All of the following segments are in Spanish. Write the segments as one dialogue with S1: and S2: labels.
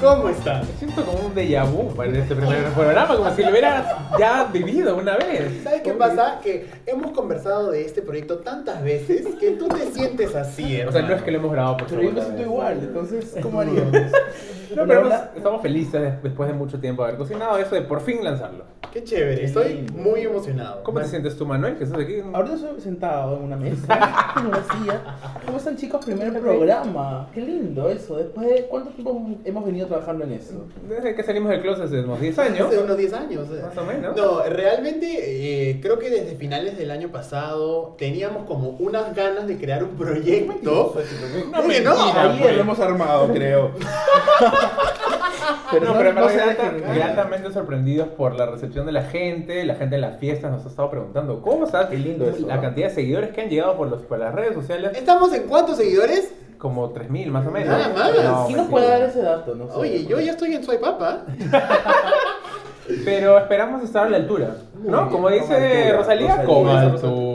S1: ¿Cómo está?
S2: Siento como un déjà vu en este primer programa, como si lo hubieras ya vivido una vez.
S1: ¿Sabes qué pasa? Que hemos conversado de este proyecto tantas veces que tú te sientes así, ¿eh?
S2: O sea, no es que lo hemos grabado por
S3: Pero yo me
S2: segunda
S3: siento
S2: vez.
S3: igual, entonces, ¿cómo haríamos?
S2: No, pero hemos- estamos felices des- después de mucho tiempo de haber cocinado eso de por fin lanzarlo.
S1: Qué chévere, estoy muy emocionado.
S2: ¿Cómo te sientes tú, Manuel? Que estás aquí.
S3: Ahorita estoy sentado en una mesa, en una silla. ¿Cómo están chicos? Primer programa. Qué lindo eso. Después de cuánto tiempo hemos venido trabajando en eso.
S2: Desde que salimos del closet hace unos 10 años.
S1: Hace unos 10 años. eh.
S2: Más o menos.
S1: No, realmente eh, creo que desde finales del año pasado teníamos como unas ganas de crear un proyecto. Oye, no,
S3: Ahí
S1: pues.
S3: lo hemos armado, creo.
S2: Pero no, pero en
S3: sé
S2: verdad
S3: de qué-
S2: grata- gratamente sorprendidos por la recepción de la gente. La gente en las fiestas nos ha estado preguntando cómo estás.
S3: Qué lindo eso,
S2: La
S3: ¿no?
S2: cantidad de seguidores que han llegado por, los, por las redes sociales,
S1: ¿Estamos en cuántos seguidores?
S2: como 3.000 más o menos.
S1: Nada
S3: Ah,
S1: más.
S3: ¿Quién
S2: mentira.
S3: nos puede dar ese dato? No sé.
S1: Oye,
S2: pues.
S1: yo ya estoy en ¿ah? Soy Papa.
S2: Pero esperamos estar a la altura.
S3: Muy
S2: ¿No?
S3: bien,
S2: como dice
S3: altura,
S2: Rosalía,
S3: Rosalía.
S2: como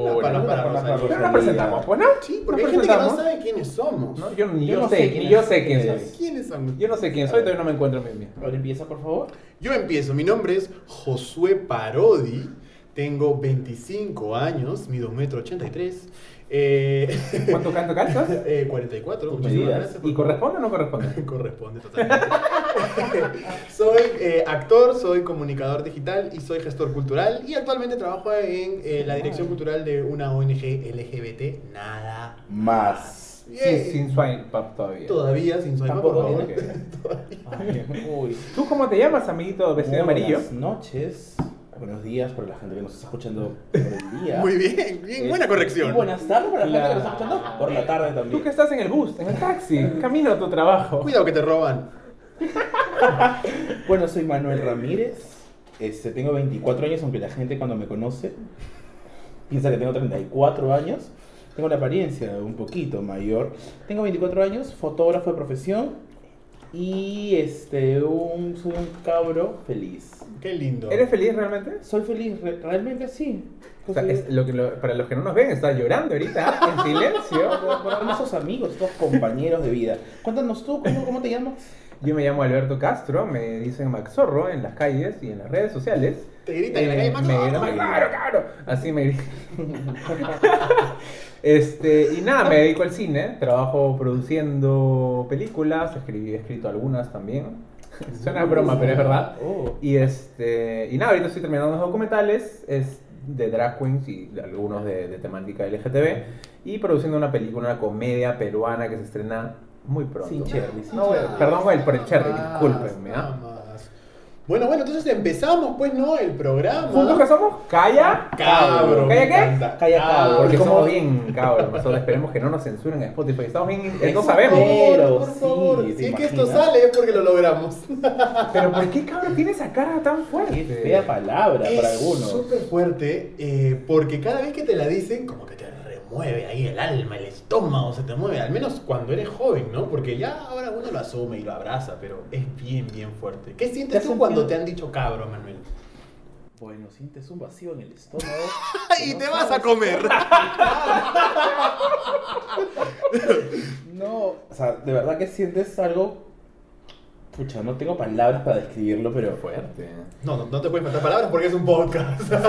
S1: Una palabra
S2: altura.
S1: para Rosalía.
S2: Pero nos presentamos, pues no.
S1: Sí, porque
S2: Nos
S1: hay gente que no
S2: presentamos.
S1: sabe quiénes somos.
S2: No, yo, ni
S3: Yo
S2: yo
S3: no
S2: sé,
S3: sé
S2: ni
S3: quién
S2: yo
S3: es.
S2: sé quién soy.
S3: ¿Quiénes?
S1: ¿Quiénes son?
S2: Yo no sé quién soy, todavía no me encuentro en mí mismo.
S3: Ahora empieza, por favor.
S1: Yo empiezo, mi nombre es Josué Parodi, tengo 25 años, mido 1,83 m, eh,
S2: ¿Cuánto canto calzas?
S1: eh, 44,
S3: Tus
S1: muchísimas
S3: medidas.
S1: gracias. por
S2: ¿Y
S1: favor.
S2: corresponde o no corresponde?
S1: Corresponde totalmente. soy eh, actor, soy comunicador digital y soy gestor cultural y actualmente trabajo en eh, la dirección cultural de una ONG LGBT, nada.
S3: Más.
S1: Bien.
S2: Sin, sin Swine Pub todavía.
S1: Todavía sin soy mamá,
S3: Tampoco
S1: por favor.
S3: tiene Ay, Uy.
S2: ¿Tú cómo te llamas, amiguito vestido de amarillo?
S3: Buenas noches. Buenos días para la gente que nos está escuchando por el día.
S1: Muy bien, bien, buena
S2: Este,
S3: Eh,
S1: corrección.
S3: y buenas tardes para la gente que nos
S2: La-
S3: está escuchando por la tarde también.
S2: Tú que estás en el bus, en el taxi, camino a tu trabajo.
S1: Cuidado que te roban.
S3: Bueno, soy Manuel Ramírez. Este, tengo 24 años, aunque la gente cuando me conoce piensa que tengo 34 años. Tengo la apariencia un poquito mayor. Tengo 24 años, fotógrafo de profesión y este, un, soy un cabro feliz.
S1: Qué lindo.
S2: ¿Eres feliz realmente?
S3: Soy feliz, re- realmente sí.
S2: O sea,
S3: Soy-
S2: es lo que lo- para los que no nos ven, está llorando ahorita, en silencio.
S3: Con con hermosos amigos, todos compañeros de vida. Cuéntanos tú, ¿cómo, cómo te llamas?
S2: Yo me llamo Alberto Castro, me dicen Maxorro en las calles y en las redes sociales.
S1: Te gritan en la calle,
S2: Eh,
S1: "Max,
S2: me
S1: no,
S2: gritan,
S1: no,
S2: "Max, claro, claro". Así me gritan. Este, y nada, me dedico al cine, trabajo produciendo películas, escribí, he escrito algunas también. Suena
S1: Uh.
S2: broma, pero es verdad.
S3: Oh.
S2: Y este, y nada, ahorita estoy terminando unos documentales es de drag queens y de algunos de, de temática LGTB y produciendo una película, una comedia peruana que se estrena muy pronto.
S3: Sin cherry, sin
S2: No,
S3: cherry.
S2: Perdón por el, por el
S1: Nada
S2: cherry,
S1: más,
S2: discúlpenme.
S1: nada
S2: ¿ah?
S1: más. Bueno, bueno, entonces empezamos, pues, ¿no? El programa.
S2: ¿Juntos que somos? ¡Calla!
S1: Cabro.
S2: ¿Calla
S1: me
S2: qué?
S1: encanta.
S3: Calla, cabro.
S2: Porque
S3: ¿Cómo?
S2: somos bien cabros, nosotros esperemos que no nos censuren en Spotify, estamos bien, eh, no
S3: Eso.
S1: Por
S2: sabemos.
S1: favor, por
S3: Sí,
S1: favor.
S3: ¿te
S1: si es que esto
S3: imaginas?
S1: sale es porque lo logramos.
S2: Pero ¿por qué cabro tiene esa cara tan
S3: Qué
S2: fuerte?
S3: fea palabra para
S1: es
S3: algunos.
S1: súper fuerte eh, porque cada vez que te la dicen, como que te remueve ahí el alma, el estómago se te mueve. Al menos cuando eres joven, ¿no? Porque ya ahora uno lo asume y lo abraza, pero es bien, bien fuerte. ¿Qué
S3: ¿Te
S1: sientes
S3: has
S1: tú cuando te
S3: sentido?
S1: han dicho cabro, Manuel?
S3: Bueno, sientes un vacío en el estómago.
S1: Y
S3: que no
S1: te vas a
S3: sabes-
S1: comer.
S3: No, o sea, de verdad que sientes algo. Pucha, no tengo palabras para describirlo, pero fuerte.
S2: Fuerte.
S1: No, no, no te pueden faltar palabras porque es un podcast. Así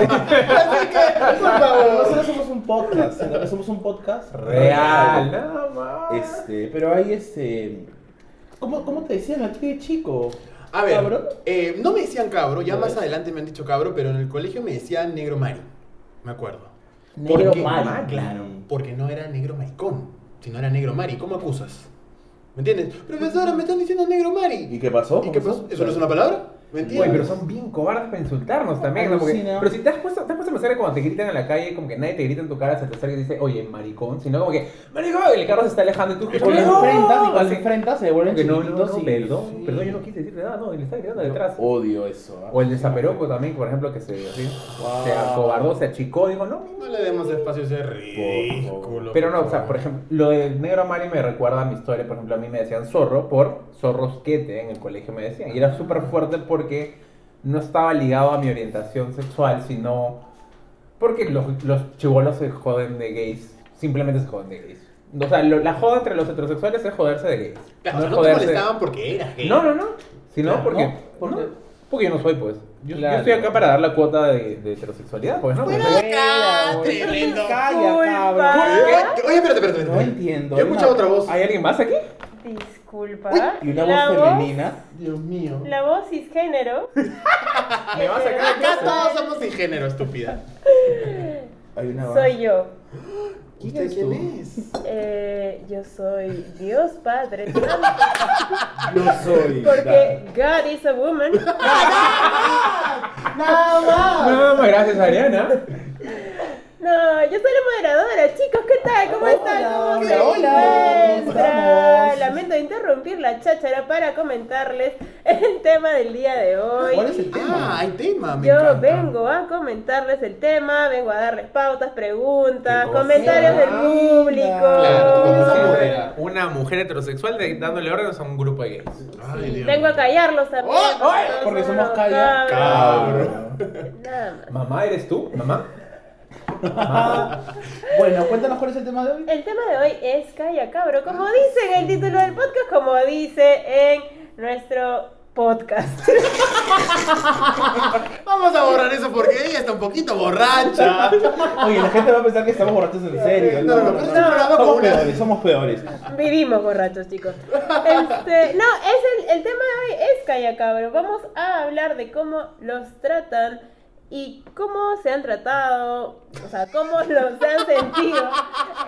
S1: que, por favor.
S3: Nosotros Ah, somos un podcast, ¿no? somos un podcast
S2: Real. Nada más.
S3: Este, pero hay este. ¿Cómo, cómo te decían a ti de chico?
S1: A ver,
S3: ¿Cabro?
S1: eh, no me decían cabro, ya
S3: ¿Ya
S1: más
S3: ves?
S1: adelante me han dicho cabro, pero en el colegio me decían negro mari. Me acuerdo.
S3: Negro
S1: Porque-
S3: mal.
S1: Claro, porque no era negro maricón, sino era negro mari. ¿Cómo acusas? ¿Me entiendes? Profesora, me están diciendo negro
S3: ¿Y
S1: mari.
S3: qué pasó?
S1: ¿Y qué pasó? ¿Eso no es una palabra? ¿Me
S2: Uy, pero
S1: entiendes?
S2: son bien cobardes para insultarnos también, ¿no? Porque-
S3: Alucina.
S2: pero si te has puesto, te has puesto a pensar que cuando te gritan en la calle, como que nadie te grita en tu cara, se te acerca y dice, oye, maricón, sino como que, maricón, y el carro se está alejando y tú,
S3: O lo
S2: ¡No!
S3: enfrentas y cuando
S2: Así,
S3: lo enfrentas se devuelven
S2: como que no, no, no,
S3: chiquititos y-
S2: perdón,
S3: Sí.
S2: perdón, yo no quise decirte nada, no, y le está gritando detrás.
S3: Odio eso. ¿ah?
S2: O el de Zaperoco también, por ejemplo, que se, así,
S3: Wow.
S2: se acobardó, se achicó, dijo, no,
S1: No le demos espacio a ese ridículo.
S2: Pero no,
S1: por
S2: o sea,
S1: favor.
S2: por ejemplo, lo del negro Mari me recuerda a mi historia. Por ejemplo, a mí me decían zorro por zorrosquete en el colegio me decían. Y era súper fuerte porque no estaba ligado a mi orientación sexual, sino porque los, los chibolos se joden de gays. Simplemente se joden de gays. O sea, lo- la joda entre los heterosexuales es joderse de gays.
S1: Claro, o sea,
S2: no es
S1: no te
S2: joderse-
S1: molestaban porque Eh, eras gay.
S2: No, no, no. Si no,
S3: Claro,
S2: porque,
S3: no, porque-
S2: no, porque yo no soy, pues. Yo, yo
S3: Claro.
S2: estoy acá para dar la cuota de, de heterosexualidad, pues, ¿no?
S4: Fuera
S2: Porque-
S4: acá,
S3: Fuera,
S1: tremendo.
S3: Calla,
S1: Oye,
S4: Culpa.
S3: cabrón.
S1: oye, espérate, espérate, espérate.
S3: No entiendo.
S1: Yo he escuchado otra voz.
S2: ¿Hay alguien más aquí?
S4: Disculpa.
S3: Y una
S4: la
S3: voz femenina.
S1: Dios mío.
S4: La voz cisgénero.
S2: Ah, Me vas a sacar
S1: Acá todos somos sin género, estúpida.
S3: Hay una voz.
S4: Soy yo.
S3: ¿Quién
S1: ¿Usted
S3: eres
S1: quién
S3: tú?
S1: es?
S4: Eh, yo soy Dios Padre Santo,
S3: Ah, No soy.
S4: porque God is a woman.
S2: Ah, No, no, gracias, Ariana.
S4: No, yo soy la moderadora, chicos, ¿qué tal? ¿Cómo están? ¿Cómo
S1: hola, hola,
S4: se
S1: ¿cómo
S4: encuentran?
S3: estamos?
S4: Lamento interrumpir la cháchara para comentarles el tema del día de hoy.
S3: ¿Cuál es el
S1: Ah,
S3: tema?
S1: hay tema, me
S4: Yo
S1: encanta.
S4: vengo a comentarles el tema, vengo a darles pautas, preguntas,
S2: Qué cosa.
S4: comentarios del
S3: Ah,
S4: público.
S1: claro, como siempre.
S2: Una mujer heterosexual de- dándole órdenes a un grupo de gays.
S1: Ay, Dios.
S4: Vengo a callarlos también.
S1: ¡Oh!
S4: porque
S1: ¡Oh!
S4: todos
S3: Porque somos
S4: unos
S3: calla.
S4: cabros.
S1: Cabrón.
S4: Nada más.
S2: ¿Mamá eres tú? ¿Mamá?
S3: Bueno, cuéntanos cuál es el tema de hoy.
S4: El tema de hoy es Calla Cabro, como dice en el título del podcast, como dice en nuestro podcast.
S1: Vamos a borrar eso porque ella está un poquito borracha.
S3: Oye, la gente va a pensar que estamos borrachos en serio.
S1: No, no, pero es un programa con
S3: somos
S1: una-
S3: peores, somos peores.
S4: Vivimos borrachos, chicos. Este, no, es el, el tema de hoy es Calla Cabro. Vamos a hablar de cómo los tratan y cómo se han tratado, o sea, cómo los han sentido.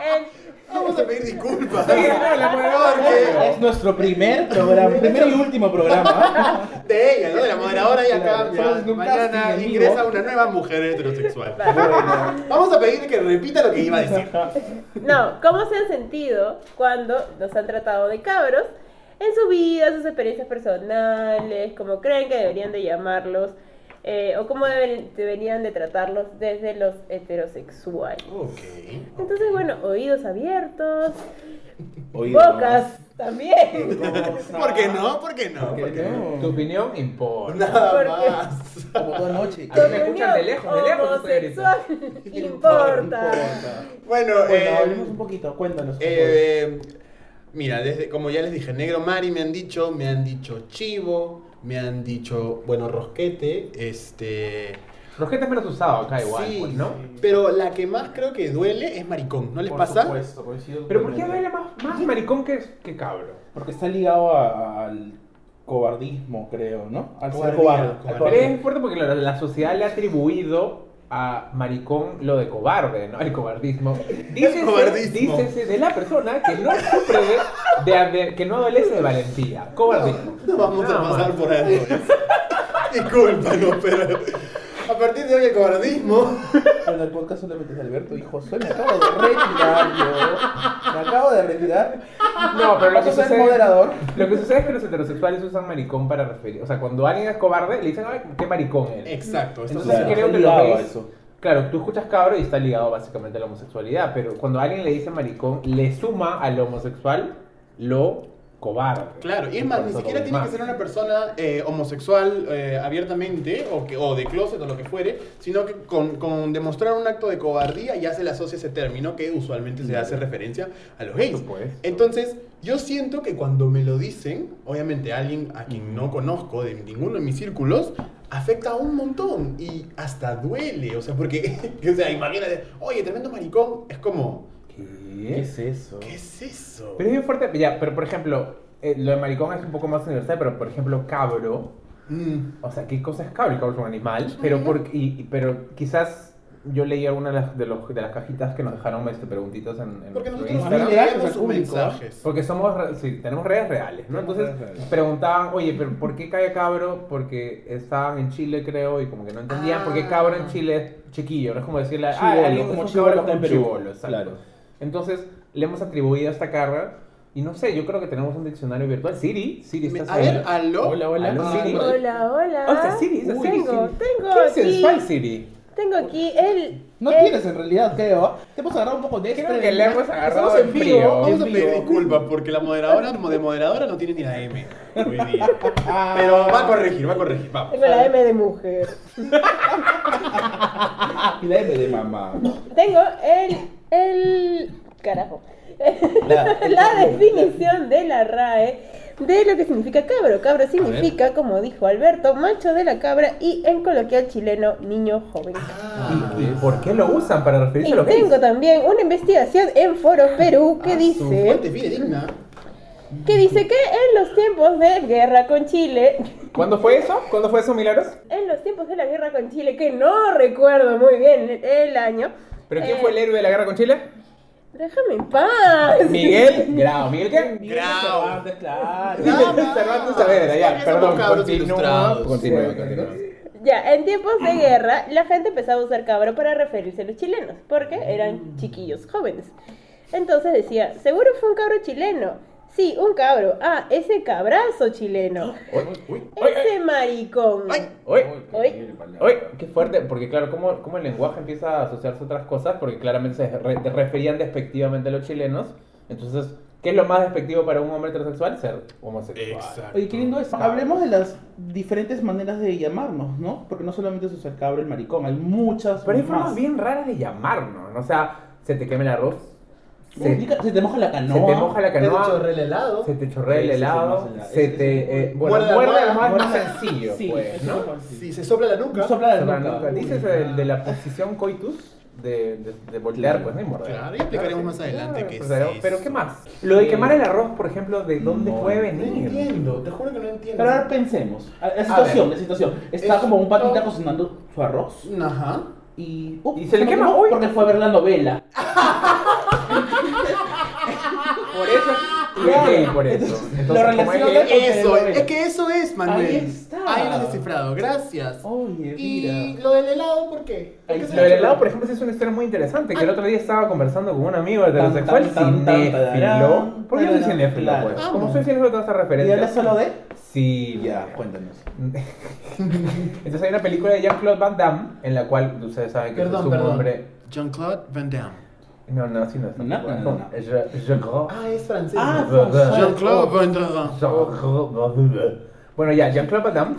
S4: en-
S1: Vamos a pedir disculpas.
S3: Es nuestro primer programa, primer y último programa.
S1: Porque de ella, ¿no? De la moderadora ya
S3: Claro,
S1: cambia.
S3: estamos en un
S1: Mañana
S3: casting en
S1: ingresa
S3: vivo.
S1: una nueva mujer heterosexual.
S3: Bueno,
S1: Vamos a pedirle que repita lo que iba a decir.
S4: No, cómo se han sentido cuando nos han tratado de cabros en su vida, sus experiencias personales, cómo creen que deberían de llamarlos eh, o cómo deben- deberían de tratarlos desde los heterosexuales.
S1: Ok.
S4: Entonces, bueno, oídos abiertos,
S3: Oye,
S4: bocas también.
S1: ¿Por qué no? ¿Por qué no?
S3: ¿Por qué
S2: Tu
S3: no?
S2: opinión importa.
S1: Nada
S4: Porque-
S1: más.
S3: Como toda noche.
S2: A mí me escuchan de lejos, de lejos,
S4: Homosexual importa.
S1: Bueno,
S3: Bueno,
S1: eh,
S3: hablemos un poquito, cuéntanos. por favor.
S1: Eh, mira, desde, como ya les dije, Negro Mari me han dicho, me han dicho Chivo, me han dicho, bueno, Rosquete, este...
S2: Rosquete es menos usado acá igual,
S1: sí,
S2: pues, ¿no?
S1: pero la que más creo que duele es Maricón, ¿no les
S3: Por
S1: pasa?
S3: supuesto, coincido
S2: Pero ¿por qué
S3: totalmente.
S2: duele más, más maricón que, que cabro?
S3: Porque está ligado a- al cobardismo, creo, ¿no? Al ser
S1: Cobardía,
S3: cobarde. al
S1: cobardía.
S2: Pero es
S3: cobarde.
S2: fuerte porque la, la sociedad le ha atribuido a maricón lo de cobarde, ¿no? El cobardismo. Dícese,
S1: cobardismo.
S2: dícese de la persona que no sufre de, de- de- que no adolece de valentía. Cobardismo.
S1: No vamos
S2: Nada
S1: a pasar
S2: más.
S1: por algo. Discúlpanos, pero a partir de hoy el cobardismo...
S3: Bueno, el podcast solamente es Alberto y José. Me acabo de retirar yo. Me acabo de retirar.
S2: No, pero lo que
S3: Paso a ser
S2: sucede...
S3: moderador.
S2: Lo que sucede es que los heterosexuales usan maricón para referir. O sea, cuando alguien es cobarde, le dicen, ay, qué maricón eres.
S1: Exacto, esto
S2: Entonces,
S1: es-
S2: creo que
S3: Eh, está ligado
S2: lo
S3: a
S2: que es-
S3: eso.
S2: Claro, tú escuchas cabro y está ligado básicamente a la homosexualidad, pero cuando alguien le dice maricón, le suma al homosexual lo cobarde.
S1: Claro, y es más,
S2: por
S1: ni
S2: eso
S1: siquiera
S2: duele
S1: tiene que
S2: más.
S1: ser una persona eh, homosexual eh, abiertamente o, que, o de closet o lo que fuere, sino que con, con demostrar un acto de cobardía ya se le asocia ese término que usualmente se hace referencia a los gays.
S2: supuesto.
S1: pues. Entonces, yo siento que cuando me lo dicen, obviamente alguien a quien no conozco de ninguno de mis círculos, afecta un montón y hasta duele. O sea, porque, o sea, imagínate, oye, tremendo maricón, es como,
S3: ¿Qué
S2: ¿Qué?
S3: es eso?
S1: ¿qué es eso?
S2: Pero es bien fuerte, ya, pero por ejemplo, eh, lo de maricón es un poco más universal, pero por ejemplo, cabro,
S1: Mm.
S2: o sea, ¿qué cosa es cabro? El cabro es un animal, pero, por, y- y- pero quizás yo leí alguna de las, de los- de las cajitas que nos dejaron este, preguntitas en, en
S1: Porque nosotros
S2: nuestro
S3: Instagram.
S1: no
S3: Gracias
S1: leemos
S3: al
S1: sus
S3: público, ¿ah?
S1: mensajes.
S2: Porque somos, re- sí, tenemos redes reales, ¿no?
S3: Tenemos
S2: Entonces
S3: redes reales.
S2: preguntaban, oye, pero ¿por qué cae cabro? Porque estaban en Chile, creo, y como que no entendían
S1: Ah.
S2: por qué cabro en Chile es chiquillo, ¿no? Es como decirle, ah,
S3: Chibolo,
S2: alguien
S3: como
S2: es un
S3: chibolo
S2: cabro
S3: acá en
S2: como
S3: Perú.
S2: chibolo, exacto.
S3: Claro.
S2: Entonces le hemos atribuido esta carga, y no sé, yo creo que tenemos un diccionario virtual. Siri, Siri,
S1: Me-
S2: ¿estás
S1: a
S2: ahí?
S1: ver, aló.
S2: Hola, hola.
S1: Aló,
S2: Ah,
S1: Siri.
S2: hola.
S4: Hola, hola.
S2: Ah, está Siri, está
S4: Uy,
S2: Siri,
S4: tengo,
S2: Siri.
S4: tengo
S2: Qué sensual,
S4: aquí,
S2: Siri.
S4: tengo aquí el,
S3: No
S4: el-
S3: tienes en realidad, creo. ¿ah? Te hemos agarrado un poco de
S2: Creo
S3: extra.
S2: que le hemos agarrado
S3: Estamos en
S2: en
S3: vivo.
S2: frío.
S1: Vamos a
S3: en
S1: pedir
S3: vivo.
S1: disculpas porque la moderadora de moderadora no tiene ni la M hoy día.
S2: Ah.
S1: Pero va a corregir, va a corregir, vamos.
S4: tengo la M de mujer.
S3: Y la Ah, M de mamá.
S4: Tengo el, el, carajo.
S3: La-
S2: Ah,
S4: La definición de la RAE de lo que significa cabro. Cabro significa, como dijo Alberto, macho de la cabra y en coloquial chileno, niño joven.
S1: Ah,
S2: ¿Y, y por qué lo usan para
S4: Y
S2: referirse a lo que
S4: tengo también una investigación en Foro Perú que
S1: ah, su
S4: dice
S1: fuente fidedigna.
S4: que dice que en los tiempos de guerra con Chile,
S2: ¿Cuándo fue eso? ¿Cuándo fue eso, Milagros?
S4: en los tiempos de la guerra con Chile, que no recuerdo muy bien el año.
S2: ¿Pero quién
S4: eh,
S2: fue el héroe de la guerra con Chile?
S4: Déjame en paz.
S2: Miguel Grau. ¿Miguel qué?
S1: Grau.
S3: Cervantes, claro.
S1: Grau.
S2: Cervantes Saavedra, ya,
S1: Son
S2: perdón,
S1: cabros
S2: continúa,
S1: ilustrados.
S2: continúa,
S3: Sí,
S2: continúa.
S4: Ya, en tiempos de guerra, la gente empezaba a usar cabro para referirse a los chilenos, porque eran chiquillos jóvenes. Entonces decía, seguro fue un cabro chileno. Sí, un cabro. Ah, ese cabrazo chileno.
S1: Uy.
S4: Ese maricón.
S1: Ay.
S2: Hoy,
S4: Hoy.
S2: hoy, qué fuerte, porque claro, ¿cómo, cómo el lenguaje empieza a asociarse a otras cosas? Porque claramente se re- referían despectivamente a los chilenos. Entonces, ¿qué es lo más despectivo para un hombre heterosexual? Ser homosexual.
S1: Exacto.
S3: Oye, qué lindo es. Hablemos de las diferentes maneras de llamarnos, ¿no? Porque no solamente es usar cabro el maricón, hay muchas
S2: Pero hay
S3: más.
S2: formas bien raras de llamarnos, ¿no? O sea, se te queme el arroz,
S3: Se,
S2: se,
S3: se te moja la
S2: se
S3: canoa.
S2: te moja la
S1: Te
S2: canoa,
S1: chorrea el helado.
S2: se te chorrea el
S3: Ese es el
S2: helado,
S3: más helado.
S2: se
S3: Ese es el-
S2: te... eh, bueno,
S1: Muerde la
S2: muerde
S1: mano.
S2: la mano es más
S3: Muerde la-
S2: sencillo,
S3: Sí,
S2: pues,
S3: eso
S2: ¿no?
S3: es fácil.
S1: Si se sopla la nuca.
S3: No sopla
S2: Sopla
S3: la
S2: la nuca.
S3: nuca.
S2: Dices el de la posición coitus de, de, de voltear, pues, ¿no? Y morder.
S1: Claro, y explicaremos más adelante qué es
S2: pero,
S1: eso.
S2: pero, ¿qué más? Lo de quemar el arroz, por ejemplo, ¿de dónde
S3: No,
S2: puede
S1: No
S2: venir?
S1: entiendo, te juro que no entiendo.
S3: Pero ahora pensemos. A- La situación, la situación. Está
S1: Es-
S3: como un patita
S1: no.
S3: cocinando su arroz
S1: Ajá.
S3: y. uh,
S2: Y se le
S3: me
S2: quema,
S3: quemó
S2: uy.
S3: Porque fue a ver la novela.
S2: Por eso.
S1: Ah,
S3: Claro.
S2: Sí, por eso.
S3: Entonces,
S2: Entonces,
S3: lo
S2: como es que-
S3: relaciona-
S1: Eso,
S3: Porque lo
S1: es que eso es, Manuel.
S3: Ahí está.
S1: Ahí Oh, lo has descifrado, gracias.
S3: Oye,
S1: y
S3: mira.
S1: lo del helado, ¿por qué? ¿Por
S3: Ahí
S1: qué se
S2: Lo del
S1: le-
S2: helado, por ejemplo, sí es una historia muy interesante. Que el otro día estaba conversando con un amigo heterosexual
S3: Ah. Tan, tan, tan, tan,
S2: cinéfilo.
S3: tararán,
S2: ¿Por qué soy
S3: tararán,
S2: cinéfilo?
S3: claro.
S2: Pues?
S1: Ah,
S2: Como
S1: no.
S2: soy cinéfilo, te vas a
S3: ¿Y
S2: referencia.
S3: hablas solo de?
S2: Sí.
S3: Ya, cuéntanos.
S2: Entonces hay una película de Jean-Claude Van Damme en la cual ustedes saben que es
S1: Perdón,
S2: un
S1: perdón.
S2: hombre.
S1: Jean-Claude Van Damme.
S2: No, no, sí, no es.
S3: No,
S2: tampoco,
S3: no,
S2: no,
S3: no.
S2: Es Je- Jean-Claude.
S1: Ah, es francés.
S3: Ah,
S2: Verdad.
S3: François.
S1: Jean-Claude Van Damme.
S2: Jean-Claude Van Damme. Bueno, ya, Jean-Claude Van Damme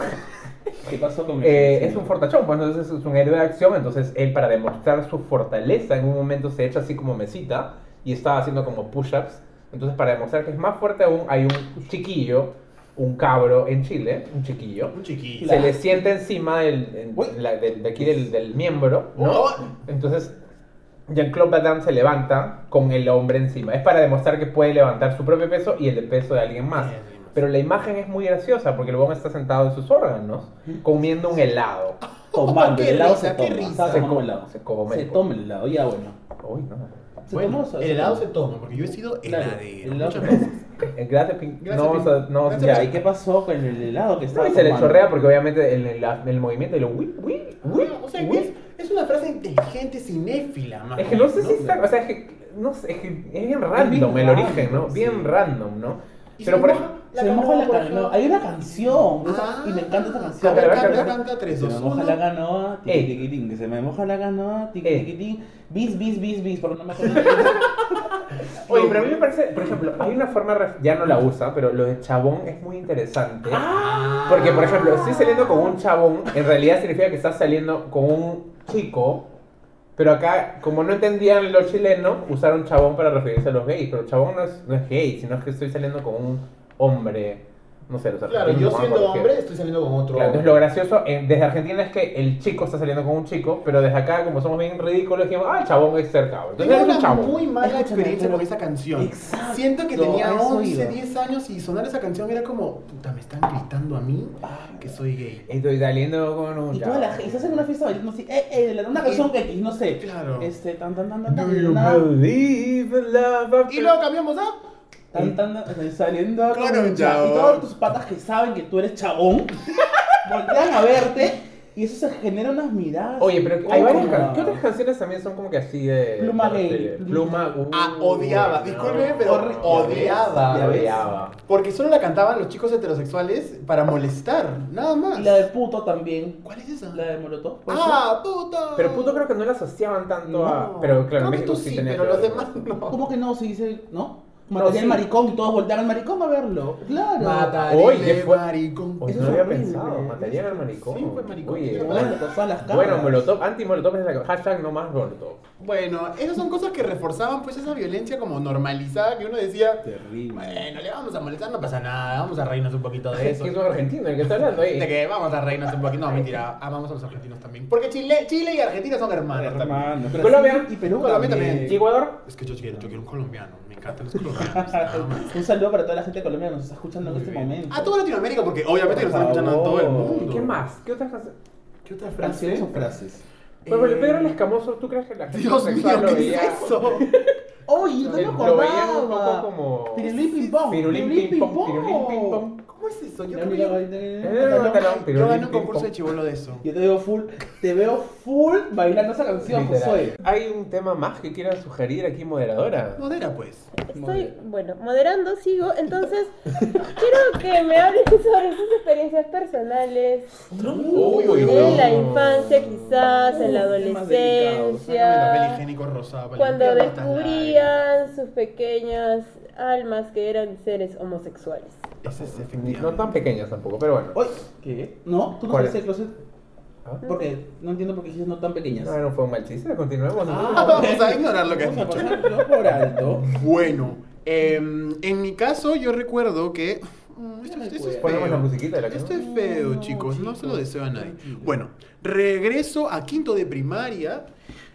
S3: ¿Qué pasó con mi
S2: eh,
S3: selección?
S2: es un fortachón, pues entonces es un héroe de acción. Entonces él, para demostrar su fortaleza, en un momento se echa así como mesita y estaba haciendo como push-ups. Entonces, para demostrar que es más fuerte aún, hay un chiquillo, un cabro en Chile, un chiquillo,
S1: Un chiquillo.
S2: se le sienta encima del, en-
S3: Uy.
S2: la- del- de aquí del, del miembro, ¿no?
S1: Oh.
S2: Entonces, Jean-Claude Van Damme se levanta con el hombre encima. Es para demostrar que puede levantar su propio peso y el de peso de alguien más.
S1: Sí, alguien más.
S2: Pero la imagen es muy graciosa porque el hombre está sentado en sus órganos comiendo un helado.
S3: Tomando,
S1: Qué
S3: el helado
S1: risa,
S3: se
S1: qué
S3: toma.
S1: risa.
S3: Estaba
S2: Se
S3: tomando
S2: come-
S3: el helado.
S2: se come,
S3: Se
S2: pues.
S3: toma el helado, ya bueno.
S2: Uy, no.
S3: Se
S1: Bueno,
S3: tomó, se-
S1: el helado se toma, porque yo he sido
S3: Claro,
S1: heladero.
S3: el helado
S1: muchas
S3: se toma.
S1: veces.
S2: Eh, Gracias, Pink.
S1: Gracias,
S2: no vamos a-
S1: Pink.
S2: no vamos a-
S1: Gracias,
S2: ya,
S3: ¿Y
S2: hay
S3: qué
S2: que-
S3: pasó con el helado que
S2: No,
S3: estaba
S2: y se le
S3: tomando?
S2: chorrea porque obviamente el, el- el movimiento de lo uy, uy, uy,
S1: o sea,
S2: uy.
S1: que es, es una frase inteligente, cinéfila, más
S2: Ah, Es que no sé
S1: bien,
S2: si está, o sea, es que, no sé, es, que es bien random
S3: bien
S2: el
S3: random,
S2: origen, ¿no? Bien
S1: sí.
S2: random, ¿no?
S1: Y
S2: Pero
S1: se
S2: por
S1: moja
S2: ejemplo,
S3: Se me moja la
S1: por
S3: canoa.
S1: ejemplo.
S3: Hay una canción. esa-
S1: Ah,
S3: y me encanta esa canción.
S1: A ver,
S2: Pero-
S1: canta, canta, tres,
S3: Se me
S1: dos,
S3: moja
S1: uno.
S3: la canoa,
S2: Eh.
S3: tiquitiquitín, que se me moja la canoa,
S2: Eh.
S3: tiquitiquitín, bis, bis, bis, bis, porque no me acuerdo.
S2: oye, pero a mí me parece, por ejemplo, hay una forma, ref- ya no la usa, pero lo de chabón es muy interesante. Porque, por ejemplo, estoy saliendo con un chabón, en realidad significa que estás saliendo con un chico, pero acá, como no entendían los chilenos, usaron chabón para referirse a los gays, pero chabón no es, no es gay, sino es que estoy saliendo con un hombre, no sé, los
S1: Claro,
S2: argentinos
S1: yo
S2: no me
S1: siendo
S2: acuerdo qué.
S1: hombre estoy saliendo con otro
S2: Claro, entonces
S1: hombre.
S2: lo gracioso en- desde Argentina es que el chico está saliendo con un chico, pero desde acá, como somos bien ridículos, dijimos, ah, el chabón es ser cabrón. Entonces
S1: Tengo
S2: es un
S1: una
S2: chabón.
S1: muy mala
S3: Escúchame,
S1: experiencia
S3: pero-
S1: con esa canción.
S3: Exacto,
S1: Siento que
S3: a
S1: tenía
S3: eso
S1: 11,
S3: iba.
S1: 10 años y sonar esa canción era como, puta, me están gritando a mí
S2: Ah,
S1: que soy gay.
S2: Estoy saliendo con un
S3: Y toda la gente, estás en una fiesta bailando así, eh, eh, de la- una canción que X, no sé.
S1: Claro.
S3: Este, tan, tan, tan, tan, tan,
S2: Do you
S3: tan,
S2: believe in love after-
S1: Y luego cambiamos a...
S3: tan, tan, tan, tan, saliendo
S1: Con
S3: con
S1: un
S3: un cha-
S1: chabón.
S3: Y todos tus patas que saben que tú eres chabón, voltean a verte y eso se genera unas miradas. Oh,
S2: Oye, pero hay varias
S3: incómodas.
S2: can- ¿Qué otras canciones también son como que así de.
S3: Pluma
S2: de-
S3: gay.
S2: de- Pluma. uh,
S1: Ah, odiaba. Disculpe, pero
S2: ya ves,
S1: odiaba.
S2: ya ves.
S3: Odiaba.
S1: Porque solo la cantaban los chicos heterosexuales para molestar, nada más.
S3: Y la de puto también.
S1: ¿Cuál es esa?
S3: La de Molotov. ¿puede ser?
S1: Ah, puta.
S2: pues, Pero puto creo que no la asociaban tanto a.
S1: No.
S2: Pero claro,
S1: Creo que
S2: México
S1: tú
S2: sí
S1: sí,
S2: tenía.
S1: pero
S2: que
S1: los
S2: ver.
S1: demás no.
S3: ¿Cómo que no? Se dice, ¿no? Mataría
S2: sí.
S3: al maricón y todos voltearon al maricón a verlo. Claro.
S1: Matarile,
S2: Oye, ¿qué fue?
S1: maricón.
S2: Oye,
S3: Eso
S2: no
S3: es
S2: había
S3: horrible.
S2: pensado, matarían al maricón. eh,
S1: Sí, pues, maricón.
S2: Oye,
S1: Pero
S3: Bueno, con todas las cámaras.
S2: bueno, Molotov, anti-Molotov es la hashtag no más Molotov.
S1: Bueno, esas son cosas que reforzaban pues esa violencia como normalizada que uno decía,
S3: Terrible.
S1: bueno, le vamos a molestar, no pasa nada, vamos a reírnos un poquito de
S2: Es
S1: eso.
S2: que es un argentino el que está hablando
S1: De
S2: ahí.
S1: que vamos a reírnos un poquito, no, mentira, amamos a los argentinos también. Porque Chile, Chile y Argentina son hermanos también.
S3: Hermano, pero
S2: Colombia.
S3: sí, y Perú
S1: Colombia
S3: también.
S2: ¿Y Ecuador?
S1: Es que yo quiero, yo quiero un colombiano, me encantan los colombianos. nada más.
S3: Ah. Un saludo para toda la gente de Colombia que nos está escuchando en este momento.
S1: A toda Latinoamérica, porque obviamente que nos
S3: Por
S1: este están escuchando en todo el
S3: favor.
S1: mundo.
S2: ¿Qué más? ¿Qué otras cosas?
S1: ¿Qué otra
S3: Canciones
S1: frase?
S3: o frases.
S2: Pero pero
S1: Eh,
S2: Pedro el Escamoso, ¿tú crees que la gente
S1: Dios mío,
S2: homosexual lo
S1: ¿qué
S2: veía?
S1: es eso?
S3: Oye, yo no me
S2: Lo Eh, lo veían un poco
S3: acordaba.
S2: como...
S3: Pirulín ping pong.
S2: Pirulín ping pong, pirulín ping pong.
S1: ¿Cómo es eso? Yo
S3: Yo
S1: creo
S3: me
S1: que
S3: la
S1: yo-
S2: Eh,
S3: bailé.
S2: talón,
S1: yo
S2: pirulín,
S1: gané un
S2: ping
S1: concurso
S2: pong.
S1: de chivolo de eso.
S3: Yo te veo full, te veo full bailando esa canción,
S2: Literal.
S3: Josué.
S2: Hay un tema más que quieran sugerir aquí, moderadora.
S1: Modera, pues.
S4: Estoy, bueno, moderando, sigo. Entonces, quiero que me hablen sobre sus experiencias personales
S1: Uy, uy,
S4: en
S1: uy.
S4: la infancia, quizás, en la
S3: Uy, temas delicados.
S1: Sácame el papel
S4: adolescencia.
S1: higiénico rosado para
S4: Cuando
S1: limpiar estas lágrimas.
S4: descubrían sus pequeñas almas que eran seres homosexuales.
S1: Ese es
S2: No
S1: efectivamente.
S2: tan pequeños tampoco, pero bueno.
S3: Oye, ¿qué? No, tú no
S2: ¿Cuál
S3: sabes el closet.
S2: ¿Ah?
S3: Porque no entiendo por qué dices no tan pequeñas.
S2: No, no fue un mal chiste, continuemos.
S1: Vamos a ignorar lo que has
S3: Vamos a
S1: dicho.
S3: pasarlo por alto.
S1: Bueno, em, en mi caso yo recuerdo que... Mm, Esto, esto es
S2: Ponemos la
S1: feo.
S2: musiquita de la
S1: Esto
S2: canción.
S1: es feo, chicos. No se lo deseo a nadie. Bueno, regreso a quinto de primaria.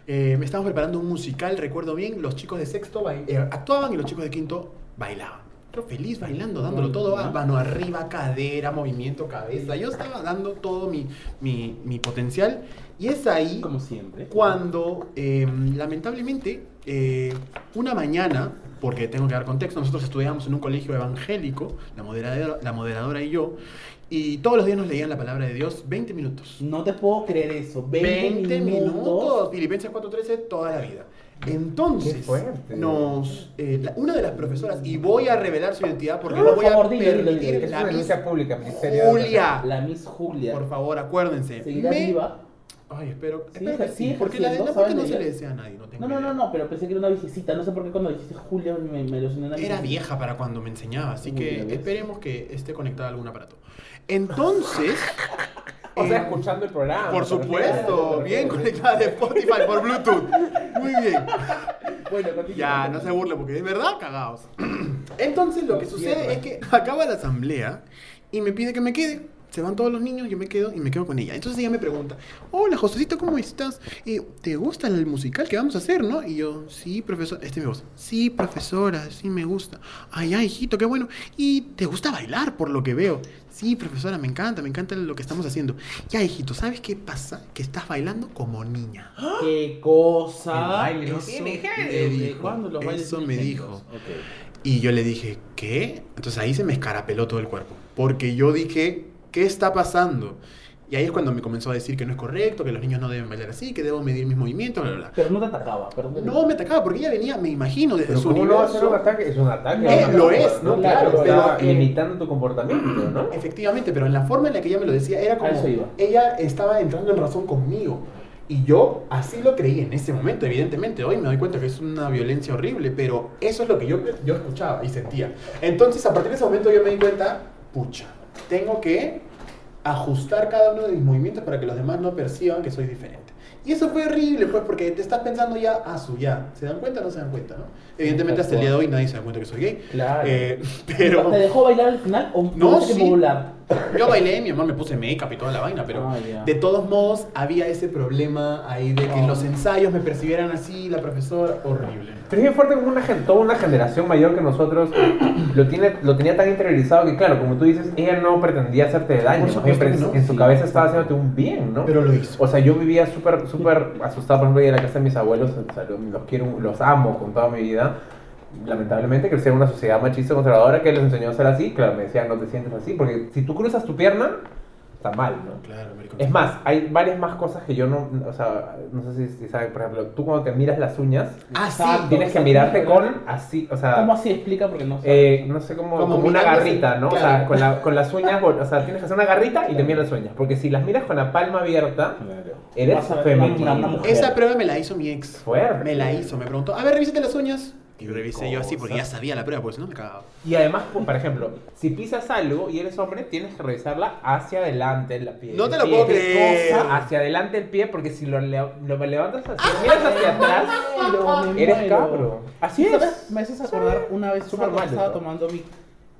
S1: Eh, me estamos preparando un musical, recuerdo bien. Los chicos de sexto bail- eh, actuaban y los chicos de quinto bailaban. Yo feliz bailando, dándolo todo, ah, mano arriba, cadera, movimiento, cabeza. Yo estaba dando todo mi, mi, mi potencial. Y es ahí
S3: Como siempre.
S1: cuando eh, lamentablemente eh, una mañana, porque tengo que dar contexto, nosotros estudiábamos en un colegio evangélico, la moderadora, la moderadora y yo, y todos los días nos leían la palabra de Dios 20 minutos.
S3: No te puedo creer eso. 20, minutos.
S1: Filipenses 4.13 toda la vida.
S2: Qué
S1: Entonces,
S2: fuerte.
S1: nos, eh, la- una de las profesoras, y voy a revelar su identidad porque
S3: Por
S1: no voy a
S3: favor, dilo, dilo, dilo.
S1: permitir
S2: Es
S1: la
S2: una denuncia
S1: misa.
S2: pública, Ministerio de
S1: Julia,
S3: La Miss Julia.
S1: por favor, acuérdense.
S3: Seguirá
S1: Me-
S3: viva.
S1: Ay, espero,
S3: Sí,
S1: espero que sí,
S3: sigue
S1: porque la
S3: ejerciendo,
S1: la parte
S3: ¿saben
S1: no
S3: de
S1: se
S3: ella?
S1: le desea a nadie. No, tengo
S3: No, no,
S1: idea.
S3: no, no, pero pensé que era una viejecita. No sé por qué cuando dijiste Julia me, me aluciné una
S1: Era vieja para cuando me enseñaba, así
S3: Uy, ya
S1: que
S3: ves.
S1: esperemos que esté conectada a algún aparato. Entonces,
S2: O sea,
S1: eh,
S2: escuchando el programa.
S1: por
S2: pero-
S1: supuesto, bien conectada de Spotify por Bluetooth. Muy bien.
S3: Bueno, continúa.
S1: Ya, no se burle porque es verdad, cagados. Entonces, lo que sucede es que acaba la asamblea y me pide que me quede. Se van todos los niños, yo me quedo y me quedo con ella. Entonces ella me pregunta, hola Josécito, ¿cómo estás? Eh, ¿Te gusta el musical que vamos a hacer, no? Y yo, sí, profesora, este me gusta. Sí, profesora, sí me gusta. Ay, ay, hijito, qué bueno. Y te gusta bailar, por lo que veo. Sí, profesora, me encanta, me encanta lo que estamos haciendo. Ya, hijito, ¿sabes qué pasa? Que estás bailando como niña.
S3: ¡Qué cosa!
S1: El baile no
S3: Eso
S1: tiene
S3: me
S1: género.
S3: dijo. ¿Cuándo los bailes
S1: Eso
S3: tienen
S1: me
S3: géneros?
S1: dijo.
S3: Ok.
S1: Y yo le dije, ¿qué? Entonces ahí se me escarapeló todo el cuerpo. Porque yo dije, ¿qué está pasando? Y ahí es cuando me comenzó a decir que no es correcto, que los niños no deben bailar así, que debo medir mis movimientos, bla, bla, bla.
S3: Pero no te atacaba, perdón.
S1: No me atacaba, porque ella venía, me imagino, desde
S2: Pero
S1: su
S2: ¿cómo no va a ser un
S1: universo.
S2: ataque? Es un ataque.
S1: Eh,
S2: ¿no?
S1: lo es, ¿no?
S2: No, claro,
S1: Claro,
S2: está
S1: pero, eh,
S2: imitando tu comportamiento, ¿no?
S1: Efectivamente, pero en la forma en la que ella me lo decía era como
S3: A eso iba.
S1: ella estaba entrando en razón conmigo. Y yo así lo creí en ese momento, evidentemente. Hoy me doy cuenta que es una violencia horrible, pero eso es lo que yo, yo escuchaba y sentía. Entonces, a partir de ese momento yo me di cuenta, pucha, tengo que ajustar cada uno de mis movimientos para que los demás no perciban que soy diferente. Y eso fue horrible, pues, porque te estás pensando ya a su ya. ¿Se dan cuenta o no se dan cuenta? ¿no? Evidentemente, hasta el día de hoy nadie se da cuenta que soy gay.
S3: Claro.
S1: Eh, pero...
S3: ¿Te dejó bailar al final o
S1: No,
S3: tuviste
S1: sí.
S3: que modular?
S1: Yo bailé, mi mamá me puse make-up y toda la vaina, pero
S3: Ah, ya.
S1: de todos modos había ese problema ahí de que en
S3: Ah.
S1: los ensayos me percibieran así, la profesora, horrible.
S2: Pero es bien fuerte como una gen- toda una generación mayor que nosotros lo, tiene, lo tenía tan interiorizado que, claro, como tú dices, ella no pretendía hacerte daño.
S1: Por
S2: más bien,
S1: supuesto que
S2: pre-
S1: no.
S2: En su cabeza estaba haciéndote un bien, ¿no?
S1: Pero lo hizo.
S2: O sea, yo vivía súper, súper asustado. Por ejemplo, ir a la casa de mis abuelos, o sea, los, los quiero, los amo con toda mi vida. Lamentablemente crecí en una sociedad machista conservadora que les enseñó a ser así. Claro, me decían, no te sientes así, porque si tú cruzas tu pierna, está mal, ¿no?
S1: Claro, maricón.
S2: Es más, hay varias más cosas que yo no, o sea, no sé si, si saben, por ejemplo, tú cuando te miras las uñas,
S1: Ah, sí.
S3: Exacto.
S2: Tienes que mirarte con así, o
S3: ¿Cómo
S2: sea,
S3: así explica? Porque no sé.
S2: eh, no sé cómo,
S1: Como
S2: como, una
S1: mirándose,
S2: garrita, ¿no? O
S1: claro.
S2: sea, con, la- con las uñas, o sea, tienes que hacer una garrita y te miras las uñas. Porque si las miras con la palma abierta, eres
S3: Vas a ver,
S2: femenino.
S3: una- una mujer.
S1: Esa prueba me la hizo mi ex.
S2: Fuerte.
S1: Me la hizo, me preguntó, a ver, revísate las uñas. Y revisé yo así porque ya
S3: cosa.
S1: sabía la prueba, porque si no me cagaba.
S2: Y además, pues, por ejemplo, si pisas algo y eres hombre, tienes que revisarla hacia adelante la pie.
S1: No te lo
S2: el pie.
S1: puedo creer.
S2: Cosa, hacia adelante el pie, porque si lo, le- lo levantas hacia, miras hacia atrás,
S3: Pero me
S2: eres
S3: muero.
S2: cabro.
S3: Así es. Me haces acordar una vez
S2: Súper
S3: una
S2: mal,
S3: vez estaba
S2: ¿no?
S3: tomando mi,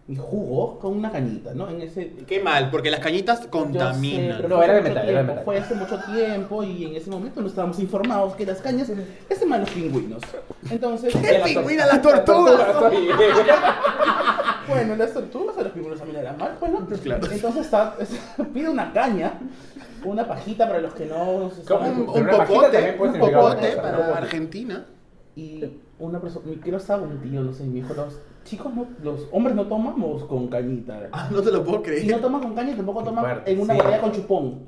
S3: mi jugo con una cañita, ¿no? En ese.
S1: Qué mal, porque las cañitas
S3: Yo sé,
S1: contaminan.
S3: pero
S2: No,
S3: fue
S2: era
S3: hace
S2: de
S3: mucho
S2: metal, era de
S3: tiempo,
S2: metal.
S3: Fue hace mucho tiempo y en ese momento no estábamos informados que las cañas ese mal los pingüinos. Entonces,
S1: ¡Qué
S3: la tor-
S1: pingüina las tortugas!
S3: bueno, las tortugas a los pingüinos también eran mal, pues no.
S1: Claro.
S3: Entonces está- pide una caña, una pajita para los que no se
S2: ¿Cómo?
S3: saben.
S1: Un,
S2: Pero
S1: un
S2: una pajita
S1: popote,
S2: también puede
S1: un
S2: significar otra
S1: popote
S2: cosa,
S1: para
S2: ¿no? Popote.
S1: Argentina.
S3: Y una persona, mi- creo que estaba un tío, no sé, y me dijo, los chicos, no, los hombres no tomamos con cañita.
S1: Ah, no te lo puedo
S3: Y no
S1: creer.
S3: toman con caña y tampoco toman
S2: Fuerte,
S3: en una
S2: sí. ¿Ah?
S3: botella con chupón.